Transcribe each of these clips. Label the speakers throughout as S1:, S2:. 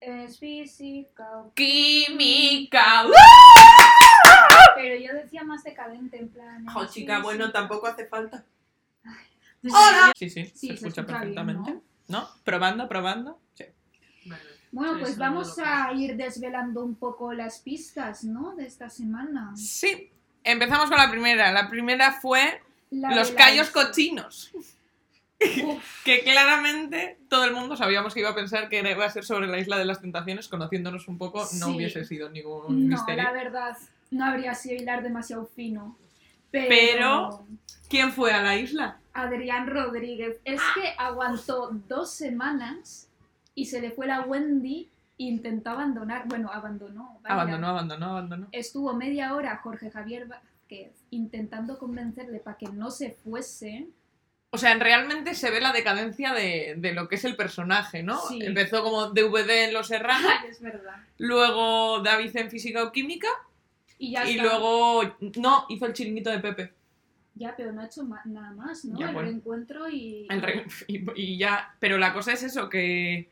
S1: es física,
S2: Química. ¡Uh!
S1: pero yo decía más decadente en plan.
S2: Jo,
S1: es
S2: chica, bueno,
S1: física.
S2: tampoco hace falta.
S3: ¡Hola!
S4: Sí, sí,
S1: Sí,
S4: se escucha
S1: bien,
S4: perfectamente.
S1: ¿no?
S4: ¿no? Probando, probando. Sí.
S1: Bueno,
S3: Sí,
S1: pues
S3: eso no
S1: vamos
S3: lo
S1: a ir desvelando un poco las pistas, ¿no? De esta semana.
S4: Sí. Empezamos con la primera. La primera fue
S1: La
S4: los
S1: de la-
S4: callos cochinos.
S1: Uf,
S4: Que claramente todo el mundo sabíamos que iba a pensar que iba a ser sobre la isla de las tentaciones. Conociéndonos un poco, no
S1: Sí.
S4: hubiese sido ningún
S1: no,
S4: misterio.
S1: la verdad, no habría sido hilar demasiado fino. Pero,
S4: Pero- ¿Quién fue a la isla?
S1: Adrián Rodríguez es que aguantó dos semanas y se le fue la Wendy e intentó abandonar. Bueno, abandonó. vaya.
S4: Abandonó, abandonó, abandonó.
S1: Estuvo media hora Jorge Javier Vázquez intentando convencerle para que no se fuese.
S4: O sea, realmente se ve la decadencia de, de lo que es el personaje, ¿no?
S1: Sí.
S4: Empezó como DVD en Los Serranos,
S1: Ay, es verdad.
S4: luego David en Física o Química
S1: Y ya
S4: y
S1: está.
S4: luego... No, hizo el chiringuito de Pepe.
S1: Ya, pero no ha hecho ma- nada más, ¿no?
S4: Ya,
S1: el
S4: bueno.
S1: reencuentro y.
S4: El re- y, y ya, pero la cosa es eso, que,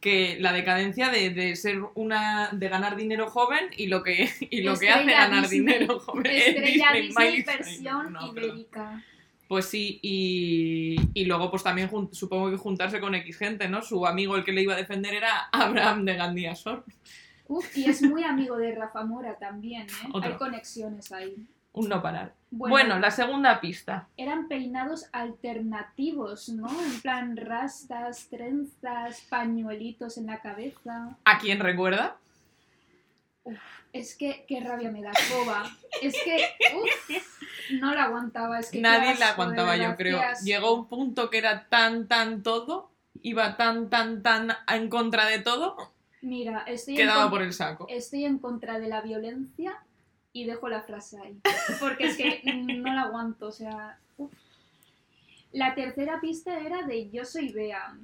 S4: que la decadencia de, de ser una, de ganar dinero joven y lo que, y lo que hace
S1: Estrella
S4: ganar
S1: Disney.
S4: dinero joven. es
S1: Estrella
S4: Disney,
S1: Disney
S4: Miley Cyrus.
S1: versión
S4: No, perdón.
S1: ibérica.
S4: Pues sí, y, y luego pues también jun- supongo que juntarse con X gente, ¿no? Su amigo el que le iba a defender era Abraham de Gandía Sor,
S1: Uf, y es muy amigo de Rafa Mora también, ¿eh?
S4: Otro.
S1: Hay conexiones ahí.
S4: un no parar. Bueno, la segunda pista.
S1: eran peinados alternativos, ¿no? En plan rastas, trenzas, pañuelitos en la cabeza.
S4: ¿A quién recuerda?
S1: Es que qué rabia me da Boba. Es que uf, no la aguantaba, es que qué
S4: Nadie
S1: asco,
S4: la
S1: de
S4: aguantaba,
S1: verdad,
S4: yo creo.
S1: qué asco.
S4: Llegó un punto que era tan, tan todo, iba tan, tan, tan en contra de todo,
S1: Mira, estoy en,
S4: quedaba
S1: con-
S4: por el saco.
S1: estoy en contra de la violencia y dejo la frase ahí, porque es que no la aguanto, o sea, uf. La tercera pista era de Yo soy Bea.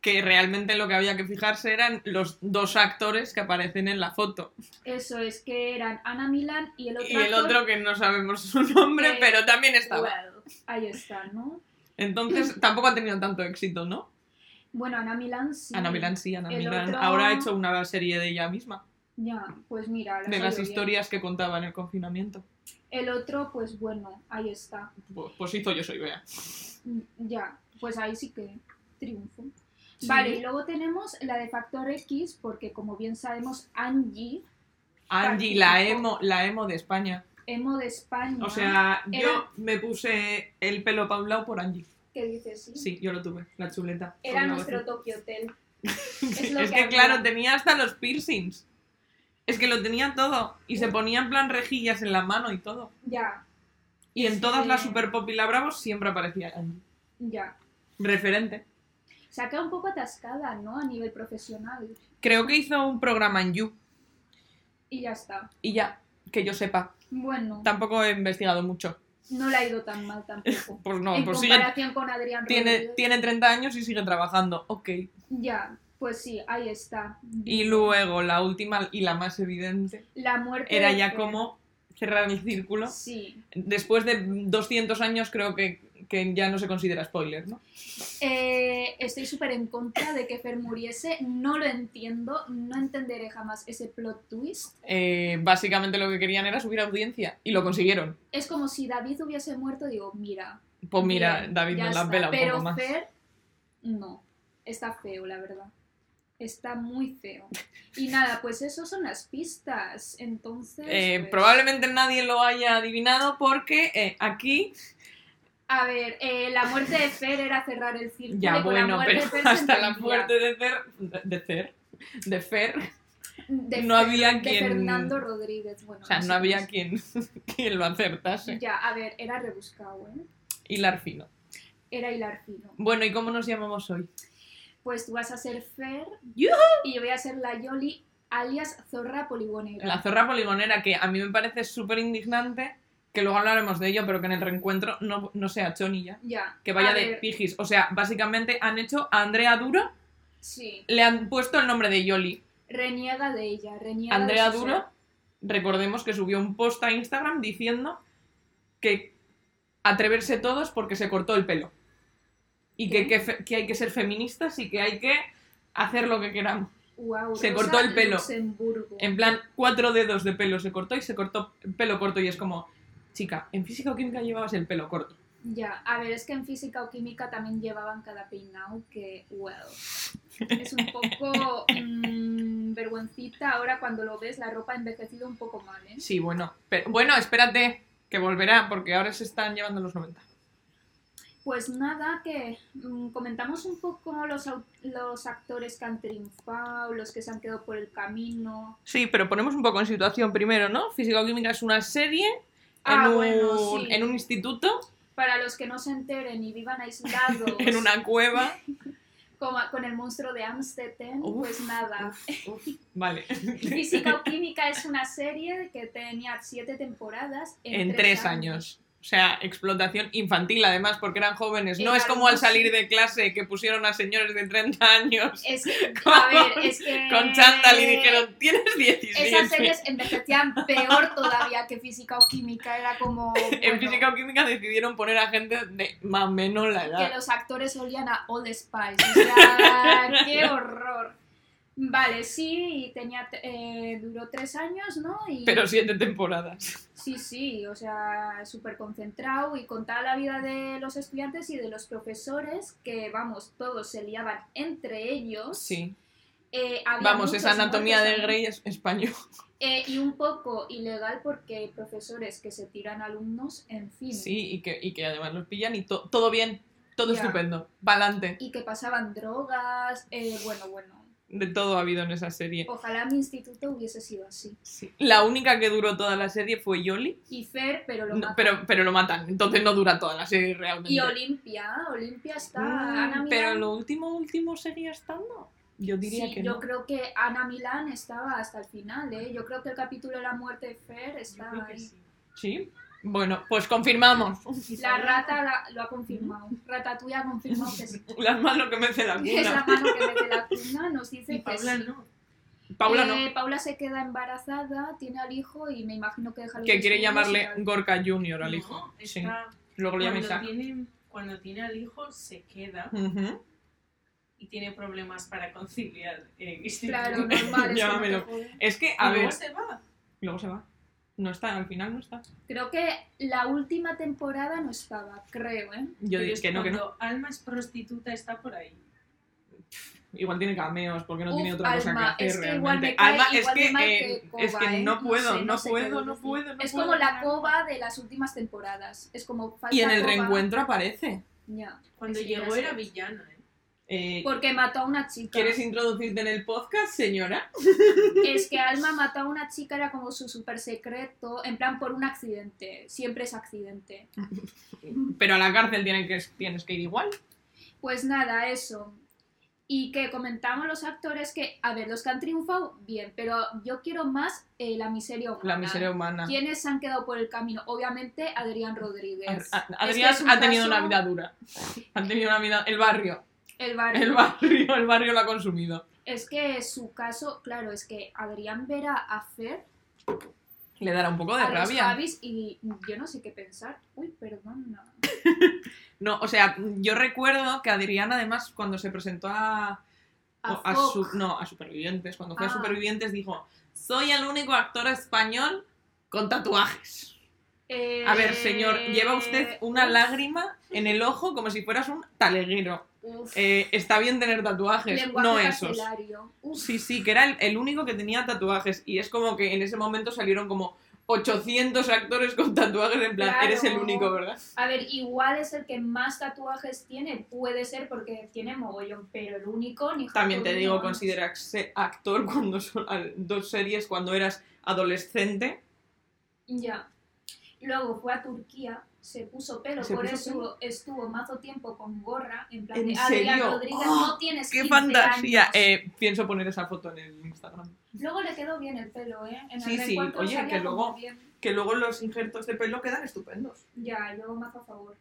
S4: Que realmente lo que había que fijarse eran los dos actores que aparecen en la foto.
S1: Eso es que eran Ana Milán y el otro
S4: Y el
S1: actor,
S4: otro que no sabemos su nombre,
S1: Eh,
S4: pero también estaba.
S1: Well, ahí está, ¿no?
S4: Entonces tampoco ha tenido tanto éxito, ¿no?
S1: Bueno, Ana Milán sí.
S4: Ana Milán sí, Ana
S1: El
S4: Milán.
S1: otro-
S4: Ahora ha hecho una serie de ella misma,
S1: Ya, pues mira, las
S4: de
S1: oigo
S4: las
S1: bien.
S4: historias que contaba en el confinamiento.
S1: El otro, pues bueno, ahí está.
S4: Pues, pues hizo Yo Soy Bea.
S1: Mm, Ya, pues ahí sí que triunfo.
S4: Sí.
S1: Vale, y luego tenemos la de Factor X, porque como bien sabemos, Angie,
S4: Angie, la emo, la emo de España.
S1: emo de España,
S4: O sea, yo
S1: Era-
S4: me puse el pelo pa' un lado por Angie.
S1: que dice sí,
S4: Sí, yo lo tuve, la chuleta.
S1: era
S4: Una
S1: nuestro
S4: vez.
S1: Tokyo Hotel.
S4: Sí,
S1: lo
S4: es
S1: que
S4: que,
S1: había.
S4: claro, tenía hasta los piercings. Es que lo tenía todo. Y se ponía en plan rejillas en la mano y todo.
S1: Ya,
S4: Y en todas
S1: que-
S4: las Super Pop y la Bravo siempre aparecía Angie.
S1: ya.
S4: Referente.
S1: Se ha quedado un poco atascada, ¿no? A nivel profesional.
S4: Creo que hizo un programa en You.
S1: Y ya está.
S4: Y ya, que yo sepa.
S1: Bueno,
S4: Tampoco he investigado mucho.
S1: no le ha ido tan mal tampoco.
S4: Pues no,
S1: en
S4: pues sigue.
S1: comparación con Adrián
S4: Tiene,
S1: Rodríguez.
S4: tiene 30 años y sigue trabajando. Ok.
S1: Ya, pues sí, ahí está.
S4: Y luego la última y la más evidente
S1: la muerte
S4: era
S1: de
S4: ya
S1: Fer.
S4: como cerrar el círculo.
S1: Sí.
S4: Después de 200 años creo que, que ya no se considera spoiler, ¿no?
S1: Eh, estoy súper en contra de que Fer muriese. No lo entiendo. No entenderé jamás ese plot twist.
S4: Eh, básicamente lo que querían era subir audiencia y lo consiguieron.
S1: Es como si David hubiese muerto. Digo, mira.
S4: Pues mira,
S1: bien,
S4: David
S1: ya
S4: nos la
S1: está.
S4: pela un
S1: Pero
S4: poco más.
S1: Fer, no. Está feo, la verdad. Está muy feo. Y nada, pues eso son las pistas. Entonces.
S4: Eh,
S1: pues-
S4: probablemente nadie lo haya adivinado porque eh, aquí
S1: A ver, eh, la muerte de Fer era cerrar el círculo.
S4: ya
S1: y con la
S4: bueno,
S1: muerte
S4: pero
S1: de Fer se
S4: hasta la
S1: entendía.
S4: muerte de Fer, de Fer, de Fer,
S1: de
S4: No
S1: Fer-
S4: había
S1: de
S4: quien-
S1: Fernando Rodríguez, bueno.
S4: o sea,
S1: sé
S4: no había
S1: cómo
S4: quien, quien lo
S1: se-
S4: acertase.
S1: Ya, a ver, era rebuscado, ¿eh?
S4: Hilar fino.
S1: Era hilar fino.
S4: Bueno, ¿y cómo nos llamamos hoy?
S1: Pues tú vas a ser Fer
S4: ¡Yujú!
S1: y yo voy a ser la Yoli, alias Zorra Poligonera.
S4: La zorra poligonera, que a mí me parece súper indignante, que luego hablaremos de ello, pero que en el reencuentro no, no sea Choni ya.
S1: Ya.
S4: Que vaya
S1: a
S4: de
S1: ver,
S4: pijis. O sea, básicamente han hecho a Andrea Duro,
S1: Sí,
S4: le han puesto el nombre de Yoli.
S1: reniega de ella, reniega de
S4: Andrea
S1: su
S4: Duro, recordemos que subió un post a Instagram diciendo que atreverse todos porque se cortó el pelo. Y que,
S1: ¿Qué?
S4: que fe- que hay que ser feministas y que hay que hacer lo que queramos.
S1: ser. Wow,
S4: Se cortó el pelo. Em-
S1: Luxemburgo.
S4: En plan, cuatro dedos de pelo se cortó y se cortó pelo corto. Y es como, chica, en física o química llevabas el pelo corto.
S1: Ya, a ver, es que en física o química también llevaban cada peinado que, wow. Es un poco mm, vergüencita ahora cuando lo ves, la ropa ha envejecido un poco mal, ¿eh?
S4: Sí, bueno. Pero, bueno, espérate, que volverá, porque ahora se están llevando los 90.
S1: Pues nada, que mm, comentamos un poco los, au- los actores que han triunfado, los que se han quedado por el camino.
S4: Sí, pero ponemos un poco en situación primero, ¿no? Física o química es una serie
S1: Ah,
S4: en, un,
S1: bueno, sí.
S4: en un instituto,
S1: Para los que no se enteren y vivan aislados
S4: en una cueva.
S1: como con el monstruo de Amstetten,
S4: Uf,
S1: pues nada.
S4: Uf, uf, vale.
S1: Física o Química es una serie que tenía siete temporadas en,
S4: en tres años. O sea, explotación infantil, además, porque eran jóvenes. No
S1: Eran
S4: es como al
S1: unos-
S4: salir de clase que pusieron a señores de 30 años
S1: Es que, a ver, es que...
S4: con chándal y dijeron, tienes 17.
S1: Esas series envejecían peor todavía que Física o Química, era como...
S4: En
S1: bueno,
S4: física o química decidieron poner a gente de más o menos la
S1: Que
S4: edad.
S1: los actores olían a Old Spice, o sea, qué horror. Vale, sí, y tenía, eh, duró tres años, ¿no? Y,
S4: Pero siete temporadas.
S1: Sí, sí, o sea, súper concentrado y contaba la vida de los estudiantes y de los profesores que, vamos, todos se liaban entre ellos.
S4: Sí.
S1: Eh, había
S4: Vamos,
S1: muchos
S4: esa anatomía
S1: muertos
S4: de
S1: ahí.
S4: Grey es español.
S1: Eh, y un poco ilegal porque hay profesores que se tiran alumnos, en fin.
S4: Sí, y que, y que además los pillan y to- todo bien, todo
S1: Ya.
S4: estupendo. Pa'lante.
S1: Y que pasaban drogas, eh, bueno, bueno.
S4: De todo ha habido en esa serie.
S1: Ojalá mi instituto hubiese sido así.
S4: Sí. La única que duró toda la serie fue Yoli.
S1: Y Fer, pero lo
S4: No,
S1: matan.
S4: pero, pero lo matan, entonces no dura toda la serie realmente.
S1: Y Olimpia, Olimpia está...
S4: Mm,
S1: Ana
S4: pero
S1: Milán-
S4: lo último, último seguía estando. Yo diría
S1: sí,
S4: que
S1: yo
S4: no.
S1: creo que Ana Milán estaba hasta el final, ¿eh? Yo creo que el capítulo de la muerte de Fer estaba ahí.
S4: Sí. Bueno, pues confirmamos.
S1: La rata la- lo ha confirmado. Rata tuya ha confirmado que sí.
S4: Las manos que mece la
S1: Es la
S4: cuna.
S1: mano que mete la cuna, nos dice
S5: Y
S1: que
S5: Paula
S1: sí.
S5: no.
S4: Paula
S1: Eh,
S4: no,
S1: Paula se queda embarazada, tiene al hijo y me imagino que deja los
S4: que quiere
S1: estudios
S4: llamarle
S1: y-
S4: Gorka Junior al
S5: No,
S4: hijo.
S5: está-
S4: Sí. Luego lo llaméis
S5: cuando,
S4: a...
S5: tiene, cuando tiene al hijo, se queda
S4: Ujú.
S5: y tiene problemas para conciliar. eh,
S1: Claro,
S5: y
S1: normal. es que no te
S4: Llámamelo.
S1: jode.
S4: Es que, a
S5: luego
S4: ver,
S5: se va.
S4: luego se va. No está, al final no está.
S1: Creo que la última temporada no estaba, creo, ¿eh?
S4: Yo
S5: Pero
S4: diría
S5: es
S4: que no, que no.
S5: cuando Alma es prostituta, está por ahí.
S4: Igual tiene cameos, porque no
S1: Uf,
S4: tiene otra cosa que
S1: Alma,
S4: hacer
S1: es que igual
S4: realmente.
S1: me cae
S4: Alma, es
S1: igual
S4: que,
S1: de mal que
S4: eh,
S1: Coba,
S4: es que
S1: ¿eh?
S4: no puedo,
S1: sé,
S4: no,
S1: sé qué
S4: puedo,
S1: decir.
S4: no puedo, no
S1: Es
S4: puedo.
S1: como la coba de las últimas temporadas. Es como falta
S4: Y en el
S1: Coba.
S4: reencuentro aparece.
S1: Ya.
S5: Cuando
S1: Sí,
S5: llegó
S1: ya
S5: era
S1: sé.
S5: villana. ¿eh?
S4: Eh,
S1: Porque mató a una chica.
S4: ¿Quieres introducirte en el podcast, señora?
S1: Es que Alma mató a una chica, era como su super secreto, en plan por un accidente. Siempre es accidente.
S4: Pero a la cárcel tienen que, tienes que ir igual.
S1: Pues nada, eso. Y que comentamos los actores que, a ver, los que han triunfado, bien, pero yo quiero más eh, la miseria humana.
S4: La miseria humana.
S1: ¿Quiénes se han quedado por el camino? Obviamente Adrián Rodríguez.
S4: A- a- Adrián
S1: Es que es un
S4: ha tenido
S1: caso-
S4: una vida dura. Ha tenido una vida. El barrio.
S1: El barrio.
S4: El barrio, el barrio lo ha consumido.
S1: Es que su caso, claro, es que Adrián verá a Fer,
S4: Le dará un poco Oh, de
S1: a los
S4: rabia.
S1: Javis y yo no sé qué pensar. Uy, perdona.
S4: Oh, No, o sea, yo recuerdo que Adrián, además, cuando se presentó a.
S1: A
S4: o- a
S1: Fox.
S4: su- no, a Supervivientes. Cuando fue a
S1: Ah.
S4: Supervivientes dijo: Soy el único actor español con tatuajes.
S1: Eh,
S4: A ver, señor, lleva usted una
S1: uf,
S4: lágrima en el ojo como si fueras un taleguero.
S1: uf,
S4: Eh, está bien tener tatuajes,
S1: lenguaje
S4: no esos.
S1: carcelario. Uf,
S4: Sí, sí, que era el, el único que tenía tatuajes. Y es como que en ese momento salieron como 800 actores con tatuajes. En plan,
S1: Claro.
S4: eres el único, ¿verdad?
S1: A ver, igual es el que más tatuajes tiene, puede ser porque tiene mogollón, pero el único ni
S4: También te
S1: joder,
S4: digo,
S1: no.
S4: considerarse actor cuando son al- dos series cuando eras adolescente.
S1: Ya. Luego fue a Turquía, se puso pelo,
S4: ¿Se
S1: por
S4: puso
S1: eso estuvo mazo tiempo con gorra, en plan
S4: ¿En
S1: de Adrián
S4: serio?
S1: Rodríguez,
S4: ¡Oh,
S1: no tienes
S4: ¡Qué
S1: 15
S4: fantasía!
S1: años".
S4: Eh, pienso poner esa foto en el Instagram.
S1: Luego le quedó bien el pelo, ¿eh? En
S4: Sí,
S1: el
S4: sí,
S1: reencuentro
S4: oye,
S1: salía
S4: que
S1: como
S4: luego-
S1: bien.
S4: Que luego los injertos de pelo quedan estupendos.
S1: Ya, luego más a favor.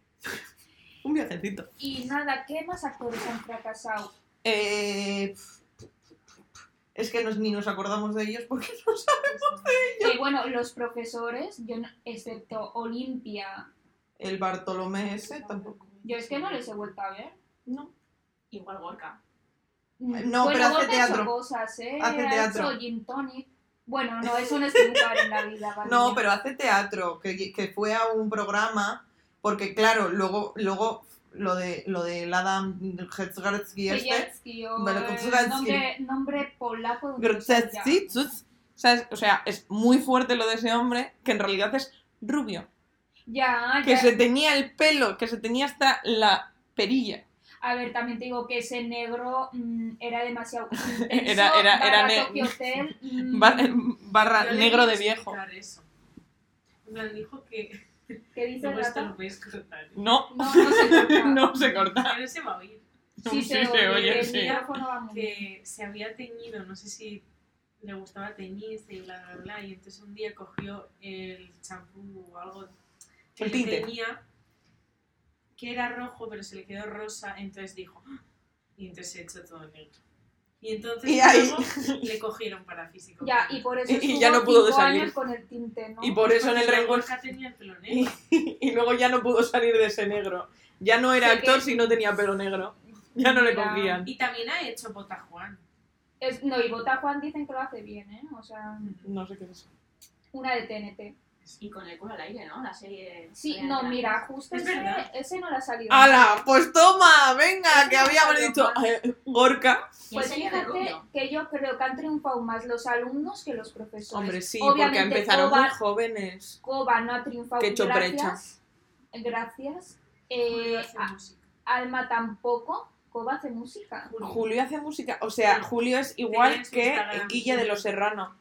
S4: Un viajecito.
S1: Y nada, ¿qué más actores han fracasado?
S4: Eh, Es que nos- ni nos acordamos de ellos porque no sabemos.
S1: Eh, bueno, los profesores, yo no- excepto Olimpia,
S4: El Bartolomé ese tampoco.
S1: yo es que no les he vuelto a ver.
S4: No.
S5: Igual Gorka.
S4: No,
S1: bueno,
S4: pero hace
S1: Gorka ha hecho
S4: teatro.
S1: cosas, ¿eh?
S4: Hace
S1: Ha
S4: teatro.
S1: hecho gin tonic. Bueno, no, eso no es triunfar en la vida, ¿vale?
S4: No, pero hace teatro, que, que fue a un programa, porque claro, luego, luego lo de lo del Adam Hetzgarsky este,
S1: Krzyzewski o,
S4: Vale,
S1: eh,
S4: Krzyzewski.
S1: nombre, nombre polaco de un ya.
S4: Grzeski, tzus,
S6: ¿Sabes? O sea, es muy fuerte lo de ese hombre, que en realidad es rubio.
S1: Ya,
S6: Que
S1: ya.
S6: se tenía el pelo, que se tenía hasta la perilla.
S1: A ver, también te digo que ese negro mm, era demasiado intenso,
S6: Era- era-
S1: barra
S6: era ne-
S1: Tokyo Hotel, mm,
S6: Bar-
S4: Ah,
S6: barra
S5: Yo le
S6: negro
S5: vi
S6: de viejo.
S5: explicar eso. En plan, dijo que
S1: ¿Qué dice
S5: no
S1: el
S5: esto
S1: gato?
S5: lo puedes cortar.
S6: No,
S1: No, no se corta.
S6: no se corta.
S5: Pero se va a oír.
S1: Sí, se, oye, el
S6: sí.
S1: micrófono va muy bien.
S5: Que se había teñido, no sé si le gustaba teñirse y bla, bla, bla. Y entonces un día cogió el champú o algo que
S6: El
S5: le
S6: tinte.
S5: tenía, que era rojo, pero se le quedó rosa. Entonces dijo, "Ah", y entonces se echó todo negro. Y entonces
S4: Y ahí-
S5: luego le cogieron para físico.
S1: Ya, y por eso
S6: Y- y
S1: estuvo
S6: ya no pudo
S1: cinco
S6: salir.
S1: años con el tinte, ¿no?
S6: Y por eso en el
S5: Porque la
S6: rencor.
S5: Gorka tenía el pelo negro.
S6: Y, y luego ya no pudo salir de ese negro. Ya no era
S1: Sí,
S6: actor
S1: que-
S6: si no tenía pelo negro. Ya no le
S1: Ya.
S6: confían.
S5: Y también ha hecho Bota Juan.
S1: Es- no, y Bota Juan dicen que lo hace bien, ¿eh? O sea,
S6: No sé qué es eso.
S1: una de TNT.
S7: Y con el culo al aire, ¿no? La serie.
S1: Sí,
S7: serie de
S1: no,
S7: la-
S1: mira, justo
S5: Es
S1: ese,
S5: verdad.
S1: ese no le ha salido.
S6: ¡Hala! Pues toma, venga, que
S1: Eso
S6: habíamos
S1: es
S6: dicho eh, Gorka.
S7: Y
S1: Pues
S7: enseña de
S1: fíjate
S7: rubio.
S1: que yo creo que han triunfado más los alumnos que los profesores.
S6: Hombre, sí, porque
S1: Obviamente,
S6: empezaron muy
S1: Koba,
S6: jóvenes.
S1: Koba no ha triunfado.
S6: Que hecho
S1: gracias. Gracias. Eh,
S5: Hace
S1: a-
S5: música.
S1: Alma tampoco. Koba hace música.
S6: Julio hace música, o sea,
S5: Sí.
S6: Julio es
S5: Tenía
S6: igual
S5: en su
S6: que
S5: Instagram.
S6: Guille de los Serrano.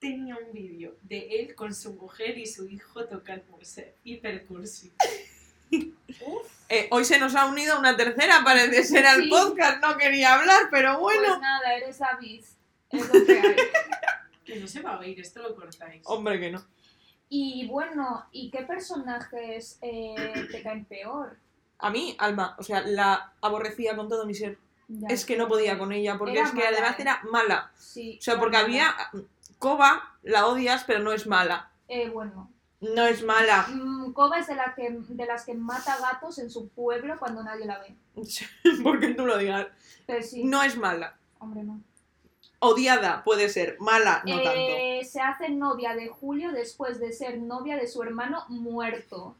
S5: tenía un vídeo de él con su mujer y su hijo tocando ese hipercursi.
S6: Eh, hoy se nos ha unido una tercera, parece ser al
S1: Sí.
S6: podcast, no quería hablar, pero
S1: Pues
S6: bueno.
S1: nada, eres David. Es lo que hay.
S5: Que no se va a oír, esto lo cortáis.
S6: Hombre, que no.
S1: y bueno, ¿y qué personajes eh, te caen peor?
S6: A mí, Alma, o sea, la aborrecía con todo mi ser.
S1: Ya.
S6: Es que no podía con ella, porque
S1: Era
S6: es que
S1: mala,
S6: además
S1: ¿eh?
S6: era mala.
S1: Sí.
S6: O sea, porque había. Coba, la odias, pero no es mala.
S1: Eh, bueno,
S6: No es mala.
S1: mm, Koba es de, la que, de las que mata gatos en su pueblo cuando nadie la ve.
S6: porque tú lo digas.
S1: Pero sí,
S6: No es mala.
S1: hombre, no.
S6: Odiada puede ser, mala no tanto.
S1: Eh, se hace novia de Julio después de ser novia de su hermano muerto.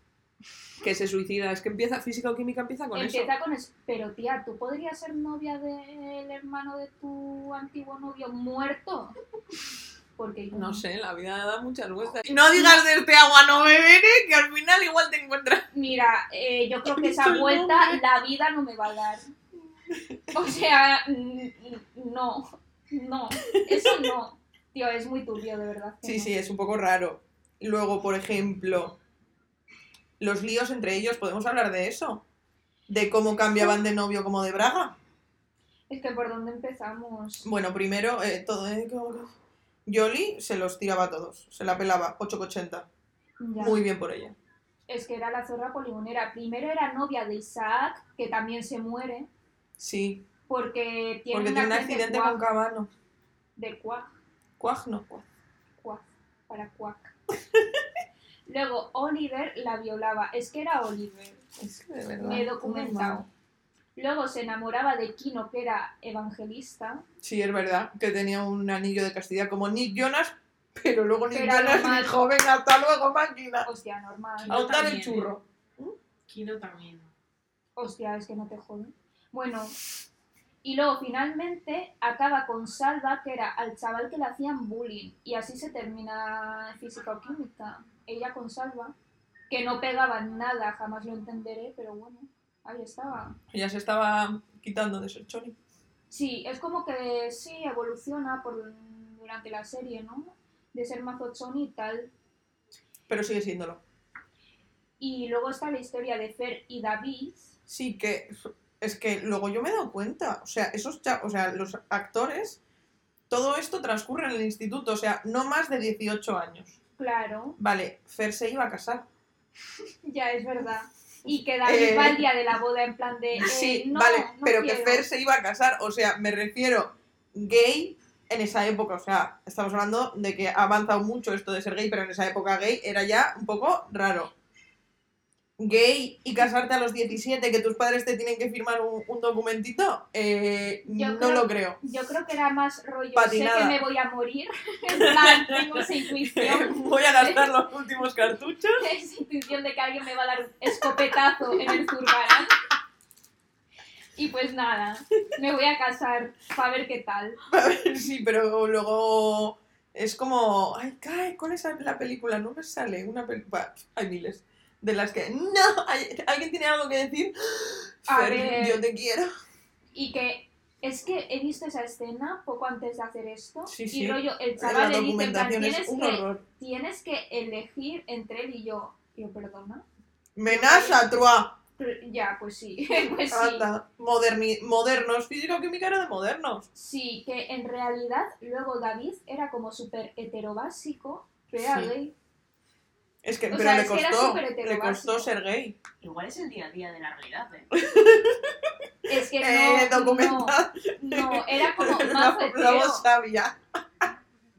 S6: Que se suicida. Es que empieza, física o química empieza con
S1: Empieza
S6: eso.
S1: con es- Pero tía, ¿tú podrías ser novia del hermano de tu antiguo novio muerto? Porque yo
S6: No sé, la vida da muchas vueltas. No digas de este agua no beberé, que al final igual te encuentras.
S1: Mira, eh, yo creo que esa
S6: Soy
S1: vuelta la vida no me va a dar. O sea, mm, no, no, eso no. Tío, es muy turbio, de verdad. que
S4: Sí,
S1: no.
S4: sí, es un poco raro. Luego, por ejemplo, los líos entre ellos, podemos hablar de eso. De cómo cambiaban de novio como de braga.
S1: Es que por dónde empezamos.
S4: Bueno, primero, eh, todo. eh, como- Yoli se los tiraba a todos, se la pelaba, 8,80.
S1: Ya.
S4: Muy bien por ella.
S1: Es que era la zorra poligonera. Primero era novia de Isaac, que también se muere,
S4: Sí,
S1: porque tiene
S4: porque
S1: un
S4: tiene un
S1: accidente
S4: accidente
S1: cuac-
S4: con Cabano.
S1: de cuac.
S4: Cuaj, no, cuaj.
S1: cuac, para cuac. Luego, Oliver la violaba. Es que era Oliver,
S4: Es que de verdad.
S1: me he
S4: todo
S1: documentado. Luego se enamoraba de Kino, que era evangelista.
S4: mal. Sí, es verdad, que tenía un anillo de castidad como Nick Jonas, pero luego Nick
S1: Pero
S4: Jonas
S1: normal.
S4: dijo, venga, hasta luego, máquina.
S1: Hostia, normal.
S5: Yo
S4: A untar el
S1: ¿eh?
S5: también,
S4: churro.
S5: Kino también.
S1: Hostia, es que no te joden. Bueno, y luego finalmente acaba con Salva, que era al chaval que le hacían bullying. Y así se termina física o química. Ella con Salva, que no pegaba nada, jamás lo entenderé, pero bueno, ahí estaba.
S4: Ya se estaba quitando de ser choni.
S1: Sí, es como que sí evoluciona por, durante la serie, ¿no? De ser mazochón y tal.
S4: Pero sigue siéndolo.
S1: Y luego está la historia de Fer y David.
S4: Sí, que es que luego yo me he dado cuenta. O sea, esos cha- o sea, los actores, todo esto transcurre en el instituto, o sea, no más de 18 años.
S1: Claro,
S4: Vale, Fer se iba a casar.
S1: ya es verdad. Y que David
S4: Eh,
S1: va al día de la boda en plan de... eh,
S4: sí,
S1: no,
S4: vale,
S1: no
S4: pero que
S1: quiero.
S4: Fer se iba a casar, o sea, me refiero gay en esa época, o sea, estamos hablando de que ha avanzado mucho esto de ser gay, pero en esa época gay era ya un poco raro. gay y casarte a los 17, que tus padres te tienen que firmar un, un documentito, eh,
S1: Yo
S4: no
S1: creo-
S4: lo creo.
S1: Yo creo que era más rollo, sé
S4: Patinada.
S1: que me voy a morir. En plan, tengo esa intuición.
S4: Voy a gastar los últimos cartuchos.
S1: Esa intuición de que alguien me va a dar un escopetazo en el zurbarán. Y pues nada, me voy a casar para ver qué tal.
S4: Sí, pero luego es como, ay, cae, ¿cuál es la película? No me sale una película, hay miles de las que, no, hay- alguien tiene algo que decir.
S1: A
S4: Fer,
S1: ver.
S4: yo te quiero.
S1: Y que es que he visto esa escena poco antes de hacer esto.
S4: Sí,
S1: Y
S4: sí.
S1: rollo, el
S4: La
S1: chaval le dice, en plan,
S4: documentación
S1: tienes
S4: es un
S1: que,
S4: horror.
S1: tienes que elegir entre él y yo. Y yo, perdona.
S4: Menaza, Trois.
S1: Pero- Ya, pues sí, pues sí.
S4: Anda, moderni- modernos, físico-química era de modernos.
S1: Sí, que en realidad luego David era como súper ¿eh? heterobásico, pero era
S4: Sí.
S1: gay.
S4: Es que,
S1: O
S4: pero
S1: sea,
S4: le
S1: es que era
S4: costó,
S1: súper
S4: le costó
S1: heterobásico.
S4: ser gay.
S7: Igual es el día a día de la realidad, ¿eh?
S1: Es que no,
S4: eh,
S1: no,
S4: documentada,
S1: no, era como
S4: la,
S1: más
S4: la
S1: hetero,
S4: voz sabia.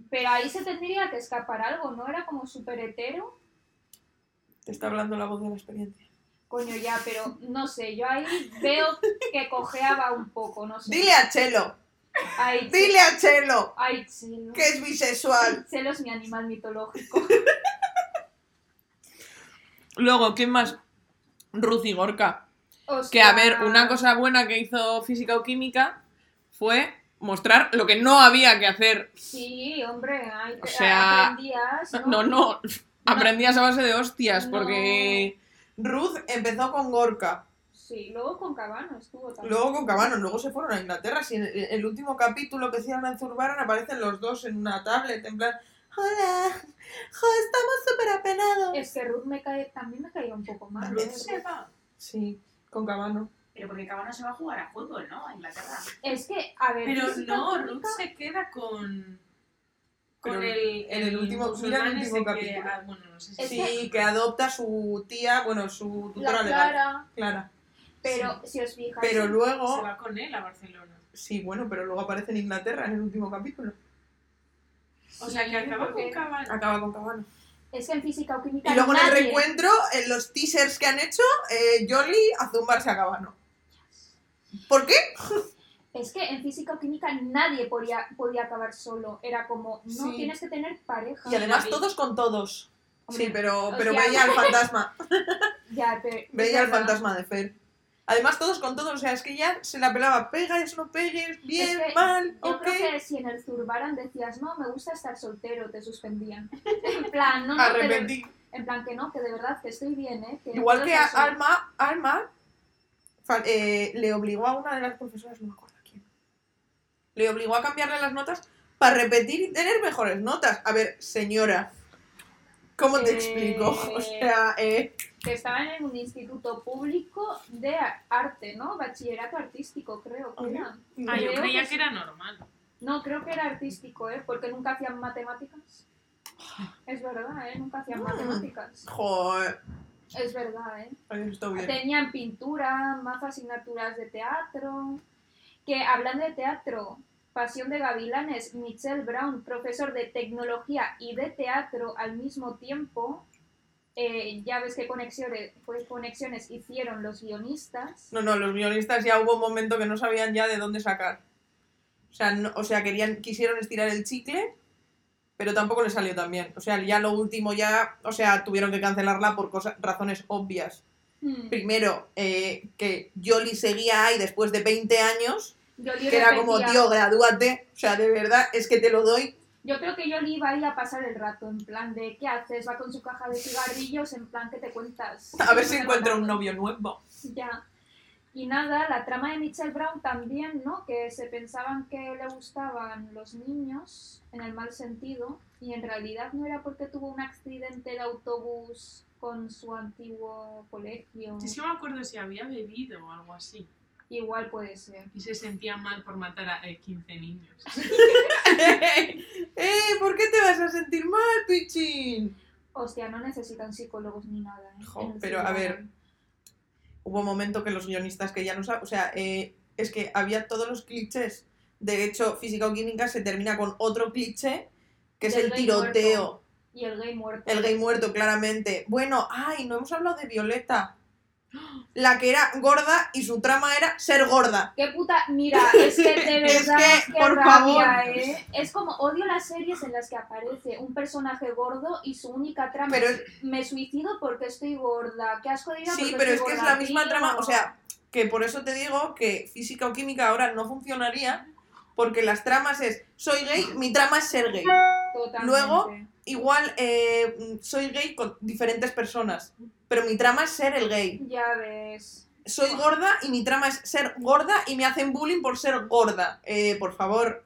S1: pero ahí se tendría que escapar algo, ¿no? Era como súper hetero,
S4: Te está hablando la voz de la experiencia.
S1: coño ya, pero no sé, yo ahí veo que cojeaba un poco, no sé.
S4: Dile a Chelo,
S1: Ay, che-
S4: dile a Chelo
S1: ay, chelo.
S4: que es bisexual.
S1: Chelo es mi animal mitológico.
S6: Luego, ¿quién más? Ruth y Gorka.
S1: O
S6: Que
S1: sea,
S6: a ver, una cosa buena que hizo física o química fue mostrar lo que no había que hacer.
S1: Sí, hombre, ay,
S6: O sea,
S1: aprendías,
S6: No, no. Aprendías a base de hostias, porque.
S4: Ruth empezó con Gorka,
S1: Sí, luego con Cabano estuvo también.
S4: luego con Cabano, luego se fueron a Inglaterra. Si en el, el último capítulo que hicieron en Zurbaran aparecen los dos en una tablet, en plan, hola, jo, estamos súper apenados.
S1: Es que Ruth me cae, también me caía un poco mal. ¿eh?
S4: También.
S7: Se va.
S4: Sí, con Cabano.
S7: Pero porque Cabana se va a jugar a fútbol, ¿no? A Inglaterra.
S1: Es que, a ver,
S5: Pero
S1: física
S5: no, Ruth
S1: química-
S5: se queda con.
S4: Pero
S5: Con el,
S4: en el último- mira el
S5: musulmán
S4: último
S5: ese que-
S4: capítulo.
S5: ah, bueno, no sé si
S1: Es
S4: Sí, que adopta a su tía, bueno, su tutora
S1: la
S4: legal,
S1: Clara,
S4: Clara.
S1: pero si os fijáis,
S4: Pero
S5: se
S4: luego,
S5: va con él a Barcelona.
S4: sí, bueno, pero luego aparece en Inglaterra en el último capítulo.
S5: O sea, que acaba con
S1: porque-
S5: Cabana.
S4: Acaba con Cabana.
S1: es que en física o química
S4: Y luego en el
S1: nadie-
S4: reencuentro, en los teasers que han hecho, eh, Jolly a zumbarse a Cabano. ¿Por qué?
S1: es que en física o química nadie podía, podía acabar solo. Era como, no
S4: Sí.
S1: tienes que tener pareja.
S4: Y además
S5: David.
S4: todos con todos.
S1: Hombre,
S4: Sí, pero,
S1: o sea-
S4: pero veía al fantasma.
S1: Ya, pero,
S4: Veía al
S1: es verdad.
S4: fantasma de Fer. Además todos con todos, o sea, es que ya se la pelaba, pegas, no pegues, bien,
S1: Es que
S4: mal,
S1: Yo
S4: ok.
S1: creo que si en el Zurbaran decías, no, me gusta estar soltero, te suspendían. en plan, no, no, que de-
S4: Arrepentí.
S1: en plan que no, que de verdad que estoy bien, ¿eh? Que
S4: Igual
S1: puedo
S4: que a
S1: estar solo.
S4: Alma, Alma fa- eh, le obligó a una de las profesoras, no me acuerdo quién, le obligó a cambiarle las notas para repetir y tener mejores notas. A ver, señora, ¿cómo te
S1: Eh.
S4: explico? O sea, eh,
S1: que estaban en un instituto público de arte, ¿no? Bachillerato artístico, creo que era.
S4: no.
S5: Ah, yo
S1: Creo
S5: creía
S1: que
S5: que era normal.
S1: No, creo que era artístico, ¿eh? Porque nunca hacían matemáticas.
S4: Ah.
S1: Es verdad, ¿eh? Nunca hacían
S4: Mm.
S1: matemáticas.
S4: Joder,
S1: Es verdad, ¿eh?
S4: esto bien.
S1: Tenían pintura, más asignaturas de teatro. Que hablando de teatro, Pasión de Gavilanes, Michelle Brown, profesor de tecnología y de teatro al mismo tiempo. eh, ya ves qué conexiones, qué conexiones hicieron los guionistas.
S4: No, no, los guionistas ya hubo un momento que no sabían ya de dónde sacar. O sea, no- o sea querían, quisieron estirar el chicle, pero tampoco les salió tan bien. O sea, ya lo último ya, o sea, tuvieron que cancelarla por cosas, razones obvias.
S1: Hmm.
S4: primero eh, que Jolly seguía ahí después de 20 años,
S1: Yo le
S4: que era como,
S1: repetía-
S4: tío, gradúate, o sea, de verdad, es que te lo doy.
S1: Yo creo que yo le iba a ir a pasar el rato, en plan de ¿qué haces? Va con su caja de cigarrillos, en plan que te cuentas.
S4: A ver si encuentro un novio nuevo.
S1: Ya. Y nada, la trama de Michelle Brown también, ¿no? Que se pensaban que le gustaban los niños, en el mal sentido, y en realidad no era porque tuvo un accidente de autobús con su antiguo colegio.
S5: Sí, sí me acuerdo si había bebido o algo así.
S1: Igual puede ser.
S5: Y se sentía mal por matar a eh, 15 niños.
S4: ¡Eh! ¿Por qué te vas a sentir mal, pichín?
S1: Hostia, no necesitan psicólogos ni nada. ¿eh?
S4: Jo,
S1: En el
S4: pero, a ver,
S1: Zurbarán.
S4: Hubo un momento que los guionistas que ya no saben, o sea, eh, es que había todos los clichés. De hecho, física o química se termina con otro cliché, que es
S1: Del
S4: el
S1: rey muerto.
S4: tiroteo.
S1: Y el gay muerto.
S4: El gay muerto, claramente. Bueno, ay, no hemos hablado de Violeta. La que era gorda y su trama era ser gorda.
S1: Qué puta, mira, es que de
S4: Es
S1: verdad,
S4: que,
S1: qué
S4: por
S1: rabia,
S4: favor.
S1: ¿eh? Es como odio las series en las que aparece un personaje gordo y su única trama
S4: Pero
S1: es me suicido porque estoy gorda, qué asco de vida
S4: sí,
S1: porque
S4: pero es
S1: estoy
S4: que es
S1: gorda,
S4: la misma
S1: tío.
S4: trama. O sea, que por eso te digo que física o química ahora no funcionaría. Porque las tramas es soy gay, mi trama es ser gay.
S1: Totalmente.
S4: luego- Igual eh, mm, soy gay con diferentes personas. Pero mi trama es ser el gay.
S1: Ya ves.
S4: Soy gorda y mi trama es ser gorda y me hacen bullying por ser gorda. Eh, por favor,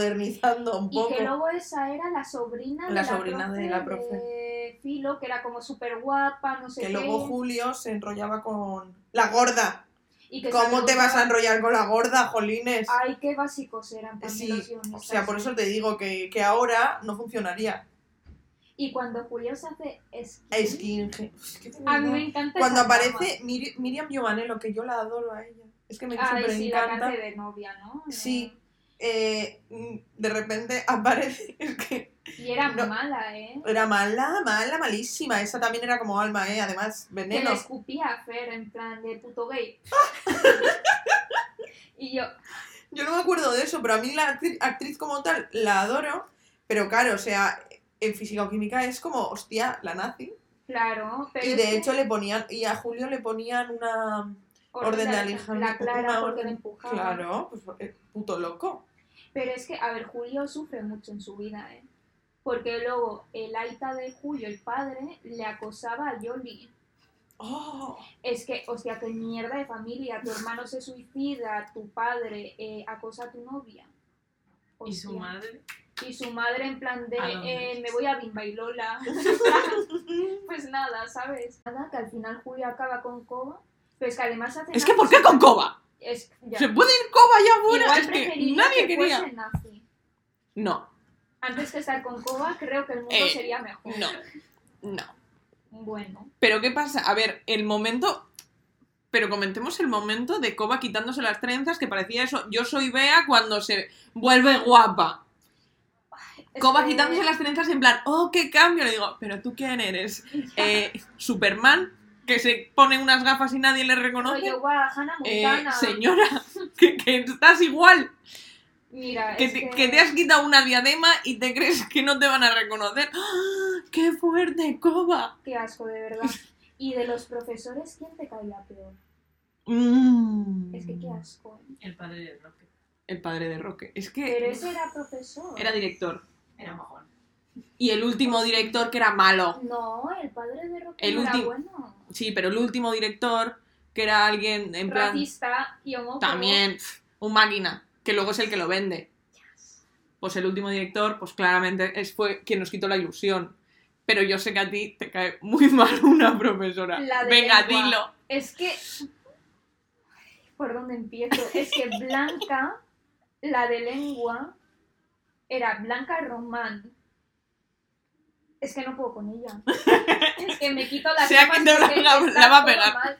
S4: modernizando un
S1: Y
S4: poco.
S1: que luego esa era la sobrina,
S4: La
S1: de,
S4: sobrina
S1: la
S4: de la profe.
S1: de Filo, que era como súper guapa, no sé
S4: Que
S1: qué.
S4: luego Julio se enrollaba con la gorda.
S1: y que
S4: ¿Cómo
S1: se
S4: te vas a
S1: preguntaba,
S4: enrollar con la gorda, Jolines?
S1: Ay, qué básicos eran también
S4: Sí,
S1: los guionistas.
S4: O sea, por eso te digo que, que ahora no funcionaría.
S1: Y cuando Julio se hace skin,
S4: Es que, es que de
S1: a mí
S4: verdad.
S1: me encanta
S4: Cuando
S1: esa
S4: aparece Mir- Miriam Giovanello, que yo la adoro a ella. Es que me
S1: trama. Ay,
S4: súper
S1: sí, la
S4: encanta.
S1: cante de novia, ¿no?
S4: Sí. Eh, mm, de repente aparece. Es que
S1: Y era
S4: No.
S1: mala, ¿eh?
S4: era mala, mala, malísima. Esa también era como alma, ¿eh? Además,
S1: Que le
S4: veneno.
S1: escupía a Fer en plan de puto gay. y yo,
S4: Yo no me acuerdo de eso, pero a mí la actri- actriz como tal la adoro. Pero claro, o sea, en física o química es como, hostia, la nazi.
S1: claro, pero
S4: Y
S1: es
S4: de
S1: que-
S4: hecho le ponían, y a Julio le ponían una... orden de
S1: la,
S4: alejamiento,
S1: la Clara
S4: una
S1: porque le
S4: orden-
S1: empujaba.
S4: Claro, pues eh, puto loco.
S1: Pero es que, a ver, Julio sufre mucho en su vida, ¿eh? Porque luego el aita de Julio, el padre, le acosaba a Yoli.
S4: Oh,
S1: Es que, hostia, qué mierda de familia. Tu hermano se suicida, tu padre eh, acosa a tu novia.
S5: Y su
S1: Hostia.
S5: madre.
S1: Y su madre en plan de,
S5: ¿A dónde?
S1: eh, me voy a Bimba y Lola. pues nada, ¿sabes? Nada, que al final Julio acaba con Coba. Pero es que además hace...
S6: Es que ¿por qué con coba?
S1: Es, ya.
S6: ¿Se puede ir coba ya afuera?
S1: Igual
S6: Es que
S1: preferiría
S6: nadie
S1: que
S6: quería.
S1: fuese nazi.
S6: No,
S1: Antes que estar con Coba, creo que el mundo
S6: Eh,
S1: sería mejor.
S6: no, no.
S1: Bueno,
S6: Pero ¿qué pasa? A ver, el momento... Pero comentemos el momento de Coba quitándose las trenzas, que parecía eso, yo soy Bea cuando se vuelve guapa.
S1: es
S6: Coba
S1: que-
S6: quitándose las trenzas en plan, oh, qué cambio. Le digo, pero tú quién eres? Eh, Superman, que se pone unas gafas y nadie le reconoce.
S1: Oye, guau, Hannah
S6: Eh,
S1: Montana.
S6: señora, que, que estás igual,
S1: Mira,
S6: que
S1: es
S6: te, que te has quitado una diadema y te crees que no te van a reconocer. ¡Ah! ¡Qué fuerte, Coba!
S1: Qué asco, de verdad. Y de los profesores, ¿quién te caía peor?
S6: Mm.
S1: Es que qué asco.
S5: El padre de Roque.
S6: El padre de Roque. Es que
S1: Pero ese era profesor.
S6: era director.
S7: Era mojón.
S6: Y el último director que era malo.
S1: No, el padre de Roque
S6: El
S1: no era
S6: último-
S1: bueno.
S6: Sí, pero el último director que era alguien en plan...
S1: Racista y homófobo.
S6: También, pf, un máquina, que luego es el que lo vende. Pues el último director, pues claramente es, fue quien nos quitó la ilusión. Pero yo sé que a ti te cae muy mal una profesora.
S1: La de
S6: Venga,
S1: lengua.
S6: dilo.
S1: Es que. Ay, ¿Por dónde empiezo? Es que Blanca, la de lengua, era Blanca Román. Es que no puedo con ella. Es que me quito las
S6: Sea
S1: gafas
S6: quien te
S1: porque
S6: la-
S1: está
S6: la va a
S1: todo
S6: pegar.
S1: mal.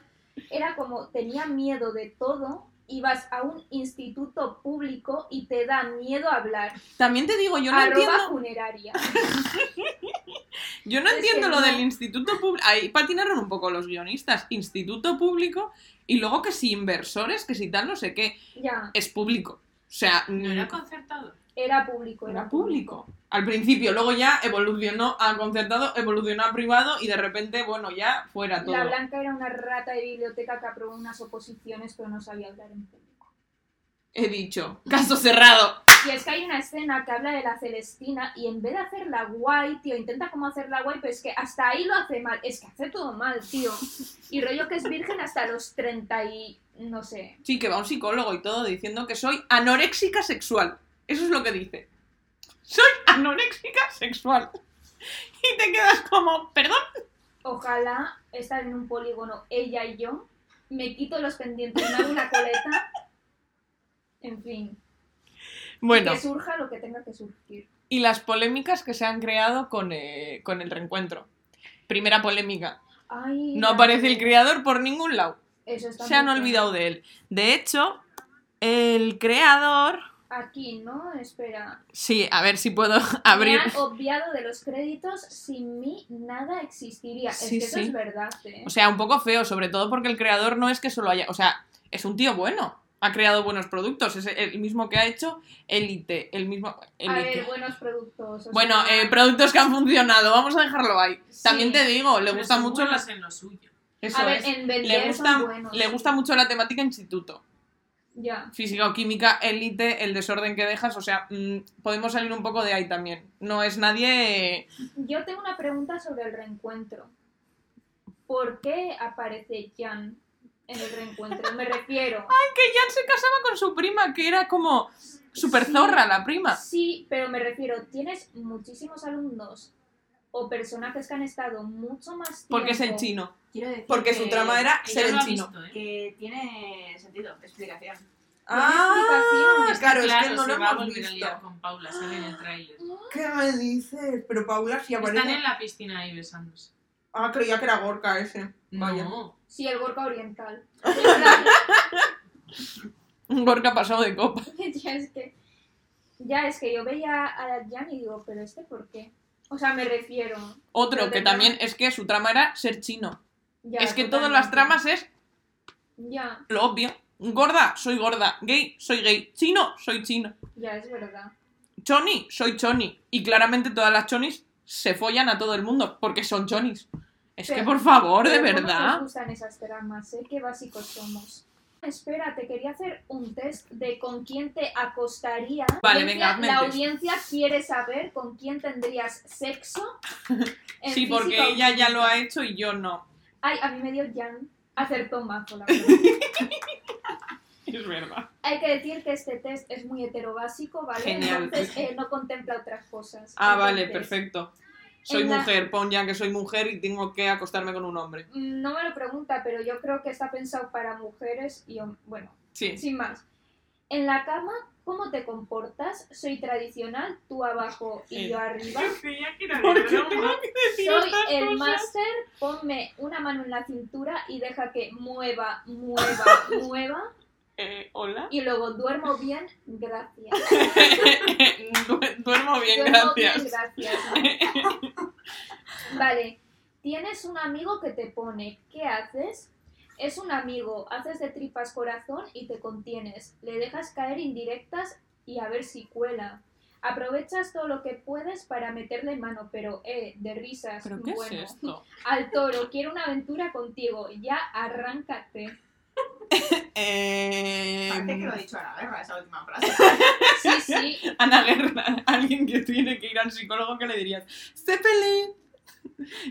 S1: Era como, tenía miedo de todo. Ibas a un instituto público y te da miedo hablar.
S6: También te digo, yo no
S1: Arroba
S6: entiendo,
S1: funeraria.
S6: yo no
S1: es que
S6: entiendo lo
S1: no.
S6: del instituto público. Ahí patinaron un poco los guionistas. Instituto público y luego que si inversores, que si tal, no sé qué.
S1: Ya,
S6: Es público. O sea,
S5: ¿No
S6: mm,
S5: era concertado?
S1: era público.
S6: era público. Al principio, luego ya evolucionó a concertado, evolucionó a privado y de repente, bueno, ya fuera todo.
S1: La Blanca era una rata de biblioteca que aprobó unas oposiciones pero no sabía hablar en público.
S6: He dicho, caso cerrado.
S1: Y es que hay una escena que habla de la Celestina y en vez de hacerla guay, tío, intenta como hacerla guay, pero es que hasta ahí lo hace mal. Es que hace todo mal, tío. Y rollo que es virgen hasta los 30 y... no sé.
S6: Sí, que va un psicólogo y todo diciendo que soy anoréxica sexual. Eso es lo que dice. Soy anoréxica sexual. Y te quedas como, perdón.
S1: Ojalá estar en un polígono ella y yo, me quito los pendientes, me hago una coleta... En fin,
S6: Bueno,
S1: que surja lo que tenga que surgir.
S6: y las polémicas que se han creado con, eh, con el reencuentro. Primera polémica.
S1: Ay,
S6: No
S1: la-
S6: aparece el creador por ningún lado.
S1: Eso está
S6: Se han
S1: muy feo.
S6: olvidado de él. De hecho, el creador
S1: aquí, ¿no? Espera.
S6: Sí, a ver si puedo abrir.
S1: Me han obviado de los créditos, sin mí nada existiría.
S6: Sí,
S1: es que eso
S6: sí.
S1: es verdad, ¿eh?
S6: O sea, un poco feo, sobre todo porque el creador no es que solo haya. O sea, es un tío bueno. Ha creado buenos productos. Es el mismo que ha hecho Elite. El mismo.
S1: A
S6: Elite.
S1: ver, buenos productos. o
S6: bueno,
S1: sea,
S6: eh, productos que han funcionado. Vamos a dejarlo ahí.
S1: Sí.
S6: También te digo, le
S5: Pero
S6: gusta
S5: son
S6: mucho.
S5: buenos
S6: la-
S5: en lo suyo.
S6: Eso
S1: a ver,
S6: es.
S1: en vender
S6: Le gusta,
S1: son buenos.
S6: le gusta mucho la temática instituto.
S1: Ya.
S6: Física o química, élite, el desorden que dejas. O sea, mm, podemos salir un poco de ahí también. No es nadie. eh,
S1: Yo tengo una pregunta sobre el reencuentro. ¿Por qué aparece Jan en el reencuentro? Me refiero.
S6: Que Jan se casaba con su prima, que era como. Super
S1: Sí.
S6: zorra la prima.
S1: Sí, pero me refiero, tienes muchísimos alumnos o personajes que han estado mucho más tiempo.
S6: Porque es el chino.
S7: Quiero decir
S4: Porque
S7: que-
S4: su trama era
S5: Ella
S4: Ah, ser el
S5: lo ha
S4: chino.
S5: visto, ¿eh?
S7: Que tiene sentido, explicación.
S4: Ah,
S1: explicación.
S4: claro, es
S5: Claro,
S4: que no
S5: se
S4: lo
S5: va a
S4: hemos
S5: volver a liar
S4: visto.
S5: con Paula, sale en el tráiler.
S4: ¿Qué me dices? Pero Paula sí
S5: Están
S4: aparece.
S5: en la piscina ahí besándose.
S4: Ah, creía que era Gorka ese. Vaya.
S5: No,
S1: Sí, el Gorka Oriental. En plan,
S6: Gorka pasado de copa.
S1: ya es que ya es que yo veía a Jan y digo, pero este por qué? O sea, me refiero.
S6: Otro
S1: Pero
S6: que
S1: tendrá-
S6: también es que su trama era ser chino.
S1: ya,
S6: es que todas
S1: totalmente.
S6: las tramas es
S1: Ya,
S6: lo obvio. Gorda, soy gorda. Gay, soy gay. Chino, soy chino.
S1: ya es verdad.
S6: Choni, soy choni. Y claramente todas las chonis se follan a todo el mundo porque son chonis. Es que
S1: Pero-
S6: por favor, de
S1: Pero ¿cómo nos
S6: verdad.
S1: gustan esas tramas, ¿eh? Qué básicos somos. Espera, te quería hacer un test de con quién te acostaría.
S6: Vale,
S1: Audiencia-
S6: venga, hazme
S1: La
S6: el test.
S1: audiencia quiere saber con quién tendrías sexo. en
S6: Sí, porque
S1: física o
S6: ella ya
S1: química.
S6: lo ha hecho y yo no.
S1: Ay, a mí me dio Jan. Acertó mazo, la verdad.
S6: Es verdad.
S1: Hay que decir que este test es muy heterobásico, ¿vale?
S6: Genial. pues
S1: Entonces eh, no contempla otras cosas.
S6: Ah, vale,
S1: Entonces,
S6: perfecto. Soy
S1: en la-
S6: mujer, pon ya que soy mujer y tengo que acostarme con un hombre.
S1: mm, No me lo pregunta, pero yo creo que está pensado para mujeres y hom- bueno,
S6: Sí.
S1: sin más. En la cama, ¿cómo te comportas? Soy tradicional, tú abajo y
S6: Sí.
S1: yo arriba.
S5: creía que era
S6: ¿Por
S5: de
S6: qué
S5: broma.
S1: Soy el máster, ponme una mano en la cintura y deja que mueva, mueva, mueva.
S6: Eh, Hola.
S1: Y luego duermo bien, gracias.
S6: Du- Duermo bien,
S1: Duermo
S6: gracias.
S1: bien, gracias, ¿no? vale, tienes un amigo que te pone, ¿qué haces? Es un amigo, haces de tripas corazón y te contienes, le dejas caer indirectas y a ver si cuela. Aprovechas todo lo que puedes para meterle mano, pero eh, de risas,
S6: ¿Pero qué
S1: bueno.
S6: es esto?
S1: Al toro, quiero una aventura contigo, ya arráncate.
S4: Em.
S7: Parece que lo
S6: Eh,
S7: he dicho a la guerra, esa última frase.
S1: Sí, sí,
S6: Ana Guerra, alguien que tiene que ir al psicólogo, que le dirías? Zeppelin,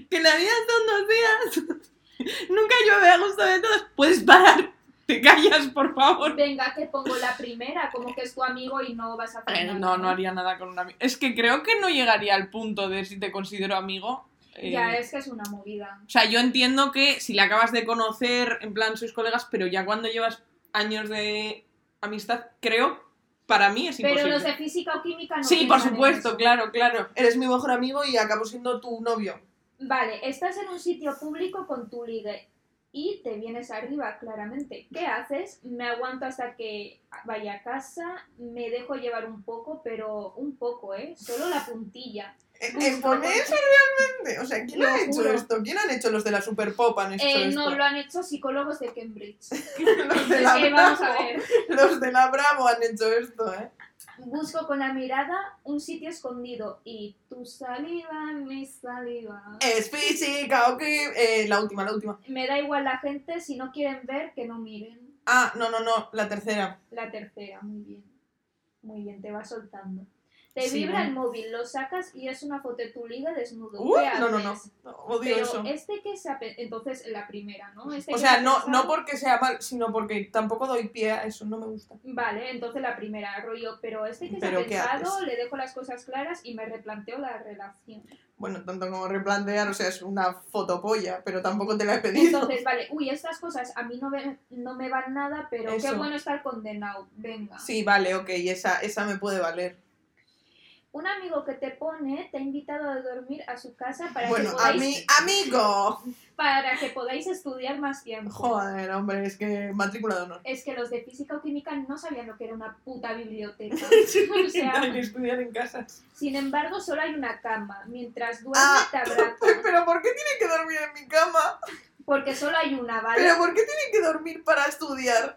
S6: que la vida son dos días. Nunca llueve a gusto de todos. Puedes parar, te callas, por favor.
S1: venga que pongo la primera, como que es tu amigo y no vas a hacer
S6: Eh,
S1: nada,
S6: no, no haría nada con un amigo. Es que creo que no llegaría al punto de si te considero amigo. eh,
S1: Ya es que es una movida.
S6: O sea, yo entiendo que si la acabas de conocer, en plan sois colegas, pero ya cuando llevas años de amistad, creo, para mí es imposible.
S1: Pero los de física o química no.
S6: Sí, por
S1: piensan en
S6: supuesto,
S1: eso.
S6: claro, claro.
S4: Eres mi mejor amigo y acabo siendo tu novio.
S1: Vale, estás en un sitio público con tu ligue y te vienes arriba, claramente. ¿Qué haces? Me aguanto hasta que vaya a casa, me dejo llevar un poco, pero un poco, ¿eh? Solo la puntilla.
S4: Eh,
S1: Uf,
S4: eh,
S1: no.
S4: ¿Pone eso realmente? O sea, ¿quién
S1: Lo
S4: ha hecho
S1: juro.
S4: esto? ¿Quién han hecho los de la Super Pop? Han hecho
S1: Eh,
S4: esto?
S1: no, eh, lo han hecho psicólogos de Cambridge.
S4: los, de
S1: Es
S4: la
S1: que vamos a ver.
S4: Bravo- los de la Bravo han hecho esto, ¿eh?
S1: Busco con la mirada un sitio escondido y tu saliva, mi saliva.
S6: Eh.
S4: Es física, ok. Eh, la última, la última.
S1: Me da igual la gente, si no quieren ver, que no miren.
S4: Ah, no, no, no, la tercera.
S1: La tercera, muy bien. Muy bien, te va soltando. Te
S4: Sí,
S1: vibra
S4: bueno.
S1: el móvil, lo sacas y es una foto de tu liga desnudo.
S4: Uh,
S1: ¿Qué
S4: no, no, no,
S1: haces?
S4: no, Odio
S1: Pero
S4: eso.
S1: este que se ha pe- Entonces, la primera, ¿no? Este
S4: O
S1: que se
S4: sea,
S1: ha
S4: no,
S1: pensado-
S4: no porque sea mal, sino porque tampoco doy pie a eso, no me gusta.
S1: Vale, entonces la primera, rollo. Pero este que
S4: Pero,
S1: se ha
S4: ¿qué
S1: pensado,
S4: haces?
S1: le dejo las cosas claras y me replanteo la relación.
S4: Bueno, tanto como replantear, o sea, es una fotopolla, pero tampoco te la he pedido.
S1: Entonces, vale, uy, estas cosas a mí no, ve- no me van nada, pero qué
S4: Eso.
S1: bueno estar condenado. Venga.
S4: Sí, vale, ok, esa, esa me puede valer.
S1: Un amigo que te pone te ha invitado a dormir a su casa para
S4: Bueno,
S1: que
S4: a
S1: podáis
S4: mí, amigo.
S1: para que podáis estudiar más tiempo.
S4: Joder, hombre, es que matrícula de honor.
S1: Es que los de física o química no sabían lo que era una puta biblioteca. o
S4: Hay que
S1: sea,
S4: estudiar en casa.
S1: sin embargo, solo hay una cama. Mientras duermes
S4: Ah.
S1: te abrazas.
S4: Pero ¿por qué tienen que dormir en mi cama?
S1: Porque solo hay una, ¿vale?
S4: ¿Pero por qué tienen que dormir para estudiar?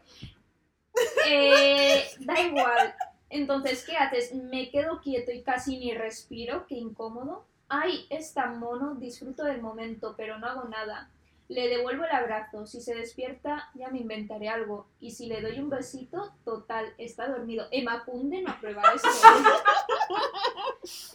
S1: Eh, da igual. Entonces, ¿qué haces? Me quedo quieto y casi ni respiro, qué incómodo. Ay, es tan mono, disfruto del momento, pero no hago nada. Le devuelvo el abrazo, si se despierta ya me inventaré algo. Y si le doy un besito, total, está dormido. Emma Kunde no aprueba esto.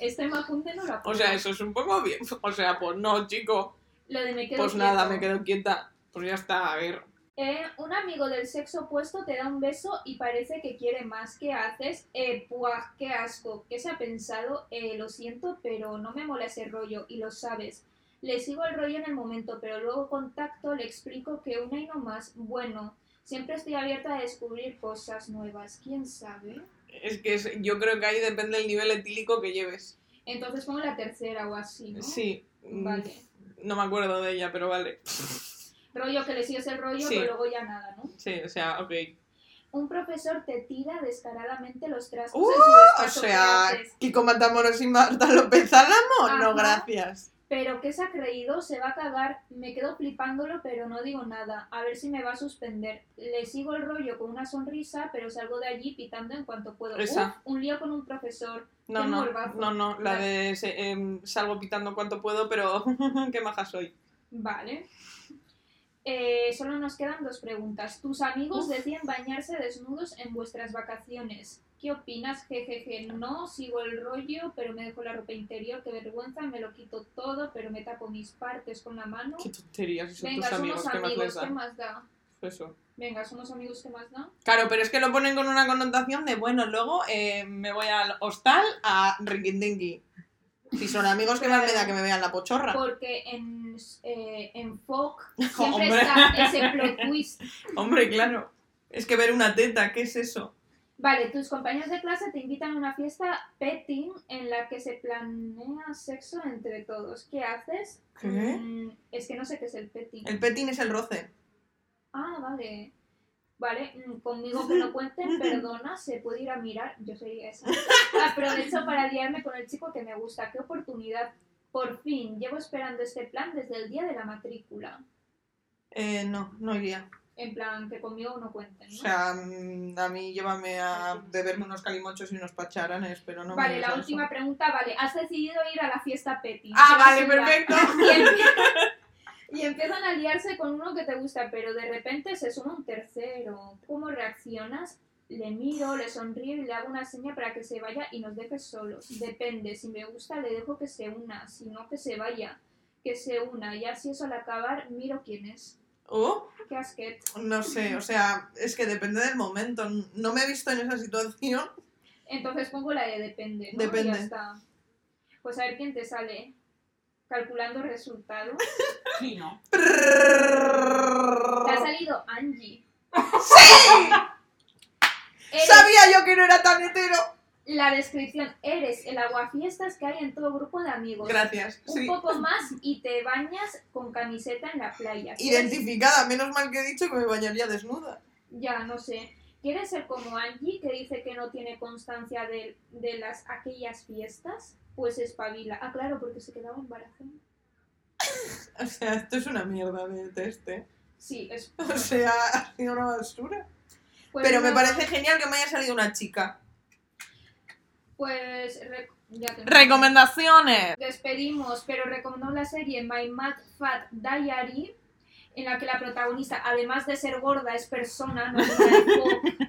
S1: esto Emma Kunde no lo aprueba.
S6: O sea, eso es un poco bien. O sea, pues no, chico.
S1: Lo de me quedo
S6: Pues nada,
S1: quieto.
S6: me quedo quieta. Pues ya está, a ver.
S1: Eh, un amigo del sexo opuesto te da un beso y parece que quiere más. ¿Qué haces? Eh, puaj, qué asco. ¿Qué se ha pensado? Eh, lo siento, pero no me mola ese rollo y lo sabes. Le sigo el rollo en el momento, pero luego contacto, le explico que una y no más. Bueno, siempre estoy abierta a descubrir cosas nuevas. ¿Quién sabe?
S6: Es que es- yo creo que ahí depende el nivel etílico que lleves.
S1: Entonces pongo la tercera o así, ¿no?
S6: Sí. mm,
S1: Vale.
S6: No me acuerdo de ella, pero vale.
S1: Rollo que le sigues el rollo,
S6: Sí.
S1: pero luego ya nada, ¿no?
S6: Sí, o sea, ok.
S1: Un profesor te tira descaradamente los trastos
S6: ¡Uh!
S1: en su
S4: O
S1: despacho. ¿Qué
S4: sea,
S1: haces?
S4: Kiko Matamoros y Marta López Álamo.
S1: Ajá.
S4: No, gracias.
S1: Pero que se ha creído, se va a cagar, me quedo flipándolo, pero no digo nada, a ver si me va a suspender. Le sigo el rollo con una sonrisa, pero salgo de allí pitando en cuanto puedo.
S6: Esa.
S1: Uf, un lío con un profesor.
S6: No,
S1: Qué
S6: no,
S1: morbazo.
S6: no, no, la
S1: Vale.
S6: de se- em, salgo pitando cuanto puedo, pero qué maja soy.
S1: Vale. Eh, solo nos quedan dos preguntas. Tus amigos decían bañarse desnudos en vuestras vacaciones. ¿Qué opinas? Jejeje, no, sigo el rollo, pero me dejo la ropa interior, qué vergüenza, me lo quito todo, pero me tapo mis partes con la mano.
S6: Qué tonterías esos
S1: Venga,
S6: tus amigos,
S1: somos
S6: qué más les
S1: amigos, ¿eh?
S6: da?
S1: ¿qué más da?
S6: Eso.
S1: Venga, somos amigos que más, ¿no?
S6: Claro, pero es que lo ponen con una connotación de, bueno, luego eh, me voy al hostal a Riquindingui.
S4: Si son amigos, que más me da que me vean la pochorra.
S1: Porque en, eh, en Fox
S6: Hombre.
S1: siempre está ese plot twist.
S6: Hombre, claro. Es que ver una teta, ¿qué es eso?
S1: Vale, tus compañeros de clase te invitan a una fiesta petting en la que se planea sexo entre todos. ¿Qué haces?
S4: ¿Qué?
S1: Mm, es que no sé qué es el petting.
S4: El petín es el roce.
S1: Ah, vale. Vale, mm, conmigo que no cuenten, perdona, se puede ir a mirar. Yo soy esa. Aprovecho para liarme con el chico que me gusta. ¡Qué oportunidad! Por fin, llevo esperando este plan desde el día de la matrícula.
S4: Eh, no, no iría.
S1: En plan, que conmigo no cuenten,
S4: O
S1: ¿no?
S4: sea, mm, a mí llévame a beberme unos calimochos y unos pacharanes, pero no me
S1: vale,
S4: lleves a
S1: la
S4: eso.
S1: última pregunta, vale. ¿Has decidido ir a la fiesta Petty?
S4: Ah,
S1: Serás
S4: vale,
S1: un
S4: perfecto.
S1: gran- Y, empie- y empiezan a liarse con uno que te gusta, pero de repente se suma un tercero. ¿Cómo reaccionas? Le miro, le sonrío y le hago una seña para que se vaya y nos dejes solos. Depende, si me gusta le dejo que se una, si no que se vaya, que se una. Y así eso al acabar, miro quién es.
S4: Oh,
S1: Qué asquet.
S4: no sé, o sea, es que depende del momento. No me he visto en esa situación.
S1: Entonces pongo la de depende, ¿no?
S4: Depende.
S1: Y ya está. Pues a ver quién te sale. Calculando resultados.
S5: Y no.
S1: Te ha salido Angie. ¡Sí!
S4: Sabía yo que no era tan hetero.
S1: la descripción, eres el aguafiestas que hay en todo grupo de amigos.
S4: Gracias,
S1: Pues, Un
S4: sí.
S1: poco más y te bañas con camiseta en la playa. ¿Quieres-
S4: Identificada, menos mal que he dicho que me bañaría desnuda.
S1: Ya, no sé. ¿Quieres ser como Angie que dice que no tiene constancia de, de las aquellas fiestas? Pues espabila. Ah, claro, porque se quedaba embarazada.
S4: O sea, esto es una mierda de test, ¿eh?
S1: Sí, es...
S4: O sea, ha sido una basura.
S1: pues
S4: Pero me
S1: no-
S4: parece genial que me haya salido una chica.
S1: Pues... rec- ya tengo.
S6: Recomendaciones.
S1: Despedimos, pero recomendó la serie My Mad Fat Diary, en la que la protagonista, además de ser gorda, es persona, no es una hipo,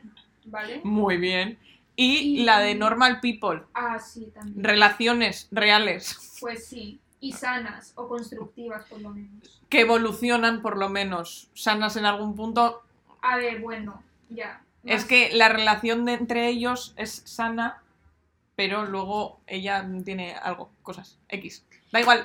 S1: ¿Vale?
S6: Muy bien.
S1: Y-
S6: Y la de Normal People.
S1: Ah, sí, también.
S6: Relaciones reales
S1: Pues sí. Y sanas o constructivas, por lo menos.
S6: que evolucionan por lo menos, sanas en algún punto.
S1: A ver, bueno, ya.
S6: Es
S1: Más-
S6: que la relación de entre ellos es sana, pero luego ella tiene algo, cosas, X. Da igual.